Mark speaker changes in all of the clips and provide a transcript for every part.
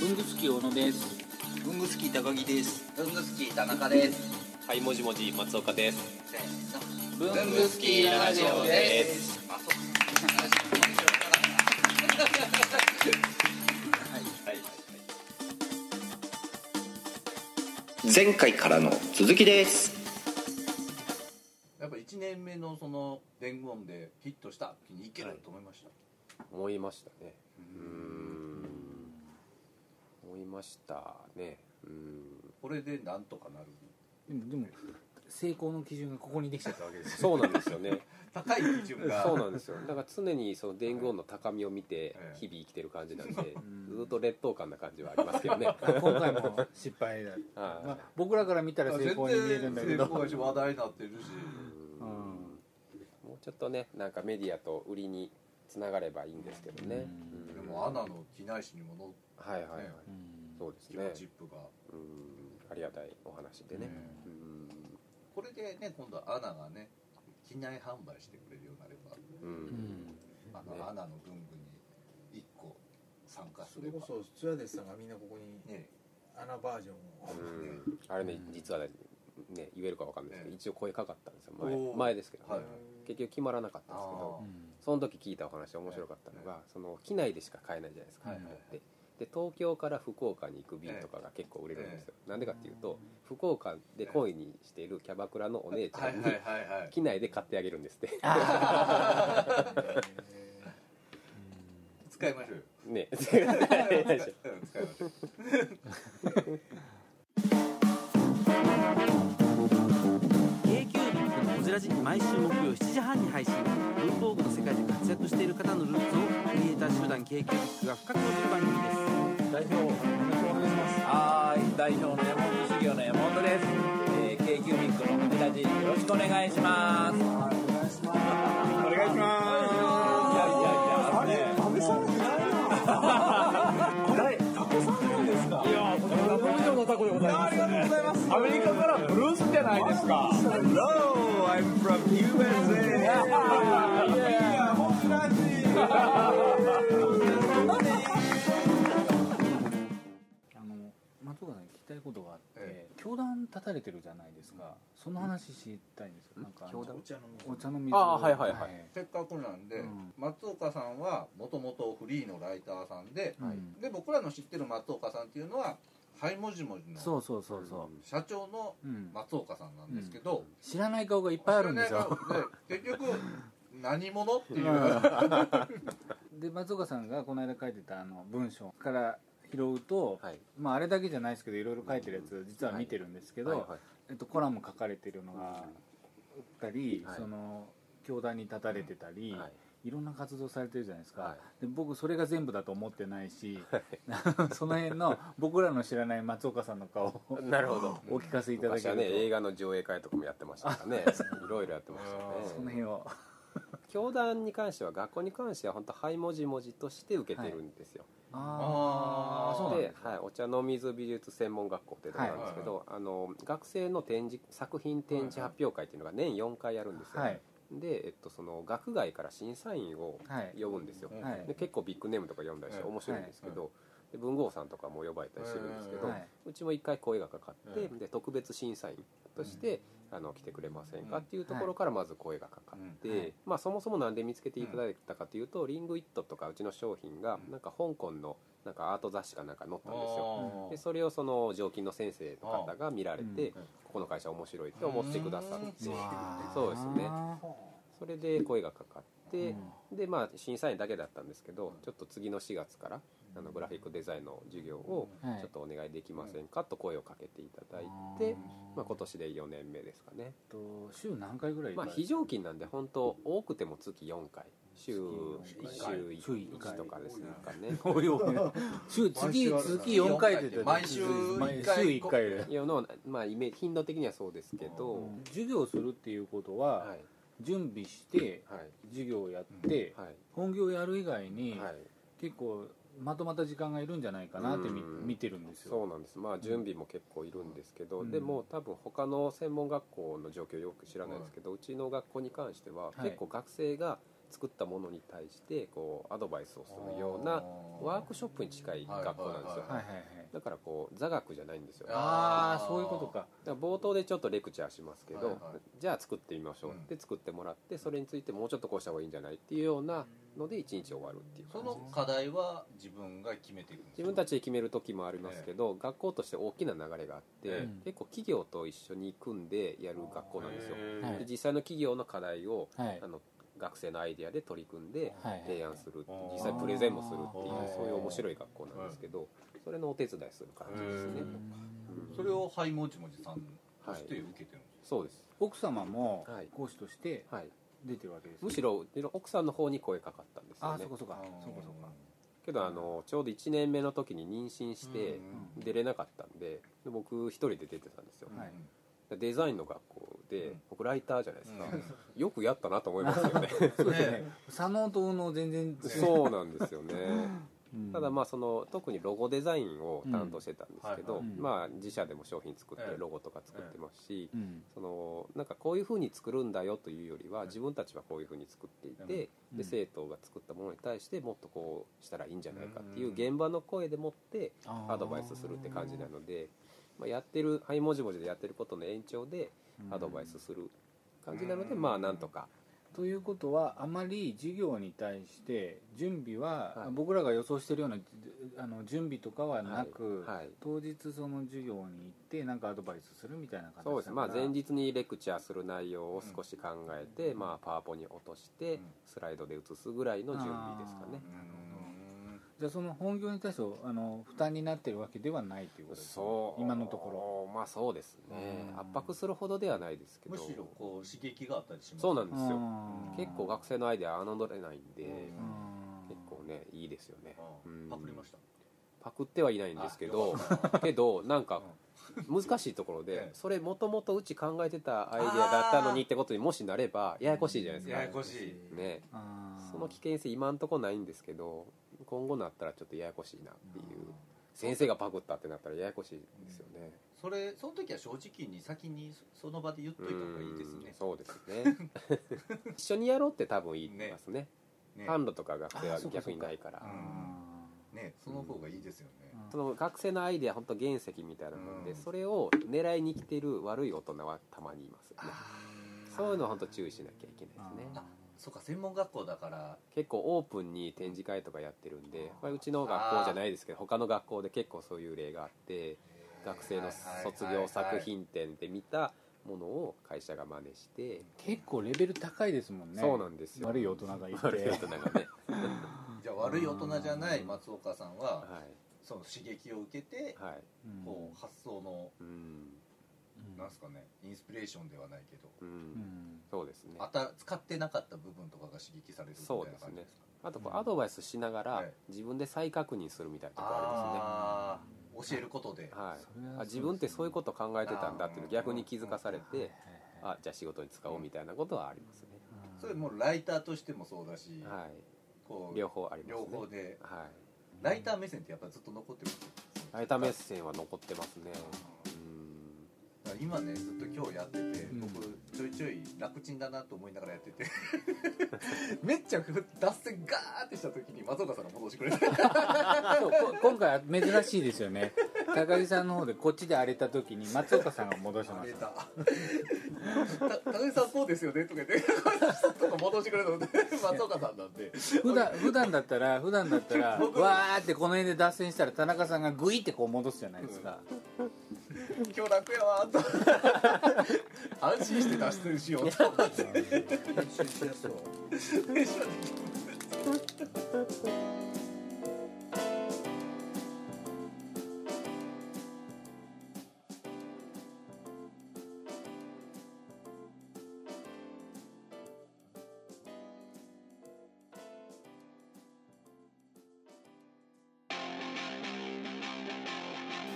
Speaker 1: 文具好き小野です
Speaker 2: 文具好き高木です文具好き田中です
Speaker 3: はい、もじもじ松岡です。
Speaker 2: せーの
Speaker 1: 文
Speaker 2: すあ、そう
Speaker 4: 前回からの続きです
Speaker 5: やっぱ1年目のその伝言でヒットした時にいけると思いました、
Speaker 3: 思いましたね。うーん。思いましたね。うーん。
Speaker 5: これでなんとかなる
Speaker 1: でもでも成功の基準がここにできちゃったわけですよ
Speaker 3: そうなんですよね。
Speaker 5: 高い基準が
Speaker 3: そうなんですよ。だから常にその伝言の高みを見て
Speaker 5: ええ
Speaker 3: 日々生きてる感じなんで、ずっと劣等感な感じはありますけどね。はい
Speaker 1: 今回も失敗だ、まあ、僕らから見たら成
Speaker 5: 全然
Speaker 1: 功に見えるんだけ
Speaker 5: 成功
Speaker 1: ど
Speaker 5: やし話題になってるし
Speaker 1: うん
Speaker 3: もうちょっとね、なんかメディアと売りにつながればいいんですけどね。うん
Speaker 5: でもアナの機内誌にも乗っ
Speaker 3: はいはいはい
Speaker 5: ね。
Speaker 3: そうです
Speaker 5: てる
Speaker 3: ね。
Speaker 5: チップが、
Speaker 3: うん。ありがたいお話でね。うん。
Speaker 5: これでね今度はアナがね機内販売してくれるようになれば
Speaker 3: う。
Speaker 1: うんん
Speaker 5: あの、
Speaker 3: ね
Speaker 5: アナの文具に1個参加す
Speaker 6: そ
Speaker 5: れ
Speaker 6: れ
Speaker 5: ば
Speaker 6: こそスチュアデスさんがみんなここに
Speaker 5: ね
Speaker 6: 穴バージョンを
Speaker 3: うんあれね、実はねね言えるかわかんないですけど、
Speaker 5: ええ
Speaker 3: 一応声かかったんですよ前
Speaker 5: おー
Speaker 3: 前ですけど
Speaker 5: は
Speaker 3: ね、
Speaker 5: い
Speaker 3: 結局決まらなかったんですけ
Speaker 5: あ
Speaker 3: ど
Speaker 5: ー
Speaker 3: その時聞いたお話面白かったのが、その機内でしか買えないじゃないですか、
Speaker 5: はいはいはい
Speaker 3: でで東京から福岡に行く便とかが結構売れるんですよ、なんでかっていうと福岡で恋にしているキャバクラのお姉ちゃ
Speaker 5: はい
Speaker 3: ん
Speaker 5: は
Speaker 3: に
Speaker 5: いはいはい
Speaker 3: 機内で買ってあげるんですって
Speaker 5: 使いましょうよ
Speaker 3: ね
Speaker 5: うん使いましょう
Speaker 1: あの松岡さんに聞きたいことがあって、
Speaker 5: え
Speaker 1: 教団立たれてるじゃないですかその話知りたいんですよなんかあの
Speaker 3: 教団
Speaker 6: お茶の
Speaker 1: お茶の水
Speaker 3: あーはいはいはい
Speaker 5: せっかくなんで、
Speaker 1: うん
Speaker 5: 松岡さんはもともとフリーのライターさんで、
Speaker 1: はい
Speaker 5: で僕らの知ってる松岡さんっていうのははいもじもじ
Speaker 1: そ
Speaker 5: の
Speaker 1: うそうそうそ
Speaker 5: 社長の
Speaker 1: う、うん、
Speaker 5: 松岡さんなんですけど、
Speaker 1: 知らない顔がいっぱいあるんですよ
Speaker 5: それねで結局何者って いう、
Speaker 1: で松岡さんがこの間書いてたあの文章から拾うと、
Speaker 3: はい
Speaker 1: まあ、あれだけじゃないですけどいろいろ書いてるやつ実は見てるんですけど、
Speaker 3: はいはい
Speaker 1: えっと、コラム書かれてるのがあったり、
Speaker 3: はい
Speaker 1: その教団に立たれてたり、
Speaker 3: はい
Speaker 1: い、ろんな活動されてるじゃないですか、
Speaker 3: は
Speaker 1: で僕それが全部だと思ってないし その辺の僕らの知らない松岡さんの顔を
Speaker 3: なるほど
Speaker 1: お聞かせいただ
Speaker 3: 昔
Speaker 1: け
Speaker 3: はね映
Speaker 1: る
Speaker 3: 画の上映会とかもやってましたから ねいろいろやってましたね
Speaker 1: とその辺を
Speaker 3: 教団に関しては学校に関しては本当ハイモジモジとして受けてるんですよ、
Speaker 1: あー
Speaker 5: あー
Speaker 1: そうなん
Speaker 3: で
Speaker 1: です、ね
Speaker 3: はい、お茶の水美術専門学校っていうところなんですけど、あの学生の展示作品展示発表会っていうのが年4回やるんですよ、
Speaker 1: はい
Speaker 3: で、えっと、その学外から審査員を
Speaker 1: はい
Speaker 3: 呼ぶんですよ、
Speaker 5: うん
Speaker 1: はい
Speaker 3: で結構ビッグネームとか呼んだりして
Speaker 5: はい
Speaker 3: 面白いんですけど、で文豪さんとかも呼ばれたりしてるんですけど、
Speaker 1: はい、
Speaker 3: うちも一回声がかかって、
Speaker 5: う
Speaker 3: で特別審査員として、あの来てくれませんかっていうところからまず声がかかって、
Speaker 1: うんはい
Speaker 3: まあ、そもそもなんで見つけていただいたかというと、リングイットとかうちの商品が
Speaker 5: うん
Speaker 3: なんか香港のなんかアート雑誌かなんか載ったんですよ。
Speaker 5: あー
Speaker 3: でそれをその常勤の先生の方が見られて、
Speaker 1: うん
Speaker 3: ここの会社面白いって思ってくださって
Speaker 1: うわー
Speaker 3: そうですねそれで声がかかって、でまあ審査員だけだったんですけどちょっと次の4月からあのグラフィックデザインの授業を
Speaker 1: はい
Speaker 3: ちょっとお願いできませんかと声をかけていただいて、まあ、今年で4年目ですかね、
Speaker 1: えっと週何回ぐらい行
Speaker 3: まあ、
Speaker 1: かれて
Speaker 3: 非常勤なんで本当多くても月4回週週
Speaker 1: 月週一回
Speaker 3: 1とかですねなんかね
Speaker 1: おいおい週月月4回って言ったら
Speaker 5: 毎週一回
Speaker 1: 週1回で
Speaker 3: 世の、まあ、イメージ頻度的にはそうですけど、
Speaker 1: 授業するっていうことは、
Speaker 3: はい
Speaker 1: 準備して
Speaker 3: はい
Speaker 1: 授業をやって、
Speaker 3: はい
Speaker 1: 本業やる以外に、
Speaker 3: はい、
Speaker 1: 結構まとまった時間がいるんじゃないかなってみ
Speaker 3: うん
Speaker 1: 見てるんです
Speaker 3: そ
Speaker 1: よ
Speaker 3: うなんですまあ準備も結構いるんですけど、
Speaker 1: うん
Speaker 3: でも多分他の専門学校の状況よく知らないですけど、うちの学校に関しては
Speaker 1: はい
Speaker 3: 結構学生が作ったものに対してこうアドバイスをするようなワークショップに近い学校なんですよ
Speaker 5: はい
Speaker 1: はいはいはい
Speaker 3: だからこう座学じゃないんですよだか
Speaker 1: ああそういうことか
Speaker 3: ら冒頭でちょっとレクチャーしますけど、
Speaker 5: はいはい
Speaker 3: じゃあ作ってみましょうって作ってもらってそれについてもうちょっとこうした方がいいんじゃないっていうようなので一日終わるっていう
Speaker 5: そ
Speaker 3: 感じ
Speaker 5: の課題は自分が決めていくんですか
Speaker 3: 自分たちで決める時もありますけど、学校として大きな流れがあって、
Speaker 5: え
Speaker 1: え
Speaker 3: 結構企業と一緒に組んでやる学校なんですよ
Speaker 1: ーはい
Speaker 3: で実際の企業の課題を
Speaker 1: はい
Speaker 3: あの学生のアイデアで取り組んで
Speaker 1: はい
Speaker 3: 提案するっていう
Speaker 5: あー
Speaker 3: 実際プレゼンもするって
Speaker 5: あ
Speaker 3: いう
Speaker 5: ー
Speaker 3: そういう面白い学校なんですけどそれのお手伝いする感じですね
Speaker 5: へー
Speaker 3: うん
Speaker 5: それをはいもちもちさんとして
Speaker 3: はい
Speaker 5: 受けてるんで
Speaker 3: そうです
Speaker 1: 奥様も
Speaker 3: はい
Speaker 1: 講師として
Speaker 3: はい
Speaker 1: 出てるわけですね
Speaker 3: むしろうちの奥さんの方に声かかったんです
Speaker 1: あ
Speaker 3: よ
Speaker 1: あ
Speaker 3: ね
Speaker 1: そこそこ
Speaker 5: すか
Speaker 1: そこそこ
Speaker 3: けどあのちょうど1年目の時に妊娠して
Speaker 5: うん
Speaker 3: 出れなかったんでで僕一人で出てたんですよ
Speaker 5: うん
Speaker 1: はい
Speaker 3: デザインの学校で
Speaker 5: うん
Speaker 3: 僕ライターじゃないですか
Speaker 5: うん
Speaker 3: よくやったなと思います よね
Speaker 1: そうですね左脳と右脳全然
Speaker 3: そうなんですよね
Speaker 1: うん
Speaker 3: ただまあその特にロゴデザインを担当してたんですけ
Speaker 5: うん
Speaker 3: ど
Speaker 1: はいはい
Speaker 3: まあ自社でも商品作って
Speaker 5: ええ
Speaker 3: ロゴとか作ってますし
Speaker 1: うん
Speaker 3: そのなんかこういうふうに作るんだよというよりは自分たちはこういうふうに作っていて
Speaker 1: うん
Speaker 3: で生徒が作ったものに対してもっとこうしたらいいんじゃないかっていう
Speaker 5: うん
Speaker 3: 現場の声でもって
Speaker 1: あー
Speaker 3: アドバイスするって感じなので、まあ、やってるはいもじもじでやってることの延長で
Speaker 1: うん
Speaker 3: アドバイスする感じなので、
Speaker 5: うん
Speaker 3: まあなんとか
Speaker 1: ということはあまり授業に対して準備は、
Speaker 3: はい
Speaker 1: 僕らが予想してるようなあの準備とかはなく、
Speaker 3: はいはい
Speaker 1: 当日その授業に行って何かアドバイスするみたいな感じ
Speaker 3: そうですまあ前
Speaker 1: 日
Speaker 3: 日にレクチャーする内容を少し考えて、
Speaker 5: うん
Speaker 3: まあパワポに落として、
Speaker 5: うん
Speaker 3: スライドで写すぐらいの準備ですかね
Speaker 1: あじゃあその本業に対してあの負担になってるわけではないということですね
Speaker 3: そう
Speaker 1: 今のとこ
Speaker 3: まあそうですね
Speaker 1: うん
Speaker 3: 圧迫するほどではないですけど
Speaker 5: むしろこう刺激があったりします
Speaker 3: そうな
Speaker 1: ろ
Speaker 3: んですよ
Speaker 1: うん
Speaker 3: 結構学生のアイデア侮れないんで、
Speaker 5: うん
Speaker 1: うん
Speaker 3: 結構ねいいですよねうん
Speaker 5: パクりました
Speaker 3: パクってはいないんですけど
Speaker 5: あよかった
Speaker 3: けどなんか難しいところで、
Speaker 5: ええ
Speaker 3: それもともとうち考えてたアイデアだったのにってことにもしなればややこしいじゃないです
Speaker 5: や
Speaker 3: か
Speaker 5: やこしい
Speaker 3: ね
Speaker 1: あー
Speaker 3: その危険性今んとこないんですけど今後なったらちょっとややこしいなっていう先生がパクったってなったらややこしいですよね
Speaker 5: それその時は正直に先にそその場で言っといた方がいいです
Speaker 3: うん
Speaker 5: ね
Speaker 3: そうですね 一緒にやろうって多分言いますね
Speaker 5: ね
Speaker 3: 販路とか学生
Speaker 5: あ
Speaker 3: は
Speaker 5: そうか
Speaker 3: 逆にないから
Speaker 5: そうかねその方がいいですよね
Speaker 1: うん
Speaker 3: その学生のアイデア本当原石みたいなもんで、
Speaker 5: うん
Speaker 3: それを狙いに来てる悪い大人はたまにいますよねそういうのは本当注意しなきゃいけないですね
Speaker 5: あそうか専門学校だから
Speaker 3: 結構オープンに展示会とかやってるんでこれうちの学校じゃないですけど他の学校で結構そういう例があって学生の卒業作品展で見たものを会社が真似して、
Speaker 1: 結構レベル高いですもんね
Speaker 3: そうなんですよ
Speaker 1: 悪い大人がいて
Speaker 3: 悪い大人がね、
Speaker 5: じゃあ悪い大人じゃない松岡さんは
Speaker 3: は
Speaker 5: その刺激を受けて
Speaker 3: いはい
Speaker 1: うん
Speaker 5: こう発想の
Speaker 3: うん、
Speaker 1: うん
Speaker 5: なんすかねインスピレーションではないけど
Speaker 3: うん
Speaker 1: うん
Speaker 3: そうですね
Speaker 5: あた使ってなかった部分とかが刺激されるみたいな感じですか
Speaker 3: あとこうアドバイスしなが
Speaker 5: は
Speaker 3: ら
Speaker 5: い
Speaker 3: 自分で再確認するみたいなとこあ
Speaker 5: ああ教えることで
Speaker 3: りますね、はい
Speaker 1: それはそうですね
Speaker 3: あ自分ってそういうこと考えてたんだっていうの逆に気づかされてあじゃあ仕事に使おうみたいなことはありますね、
Speaker 5: それもうライターとしてもそうだし
Speaker 3: はい
Speaker 5: こう
Speaker 3: 両方ありますね
Speaker 5: 両方で
Speaker 3: はい
Speaker 5: ライター目線ってやっぱずっと残ってる
Speaker 3: ライターメッセンは残ってますね
Speaker 5: だ
Speaker 3: うん
Speaker 5: から今ねずっと今日やってて
Speaker 1: ん
Speaker 5: 僕ちょいちょい楽ちんだなと思いながらやってて めっちゃ脱線ガーってした時に松岡さんが戻してくれた
Speaker 1: そうこ今回は珍しいですよね高木さんの方でこっちで荒れた時に松岡さんが戻しま
Speaker 5: 出
Speaker 1: した
Speaker 5: た「 た高木さんそうですよね」とか言って「とか戻してくれたので松岡さんなんで
Speaker 1: 普段普段だったら普段だったらわ
Speaker 5: 僕
Speaker 1: ーってこの辺で脱線したら田中さんがグイってこう戻すじゃないですか、
Speaker 5: 今日楽やわと安心して脱出しようと
Speaker 6: 編集しやすそう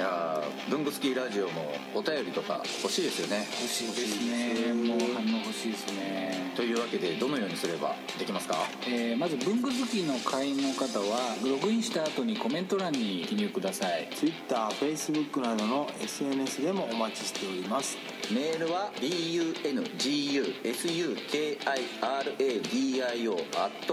Speaker 4: あ
Speaker 2: どんぐつきラジオもお便りとか欲しいですよね
Speaker 7: 欲しいですねもう反応欲しいですね
Speaker 2: というわけでどのようにすればできますか
Speaker 7: えーまず文具好きの会員の方はログインした後にコメント欄に記入ください
Speaker 8: TwitterFacebook などの SNS でもお待ちしております
Speaker 2: メールは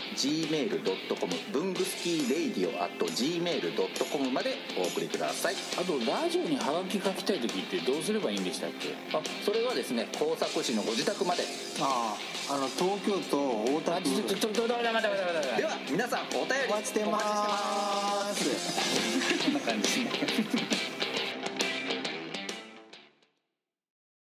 Speaker 2: bungusukiradio.gmail.com 文具スキー radio.gmail.com までお送りください
Speaker 7: あとラジオにハガキ書きたい時ってどうすればいいんでしたっけ
Speaker 2: あそれはですね工作市のご自宅まで
Speaker 8: あああの東京都大田
Speaker 7: あ
Speaker 8: 区
Speaker 7: ちょちょちょちょ待って待って待って待って
Speaker 2: では皆さんお便り
Speaker 8: お待ちしてます
Speaker 7: こんな感じ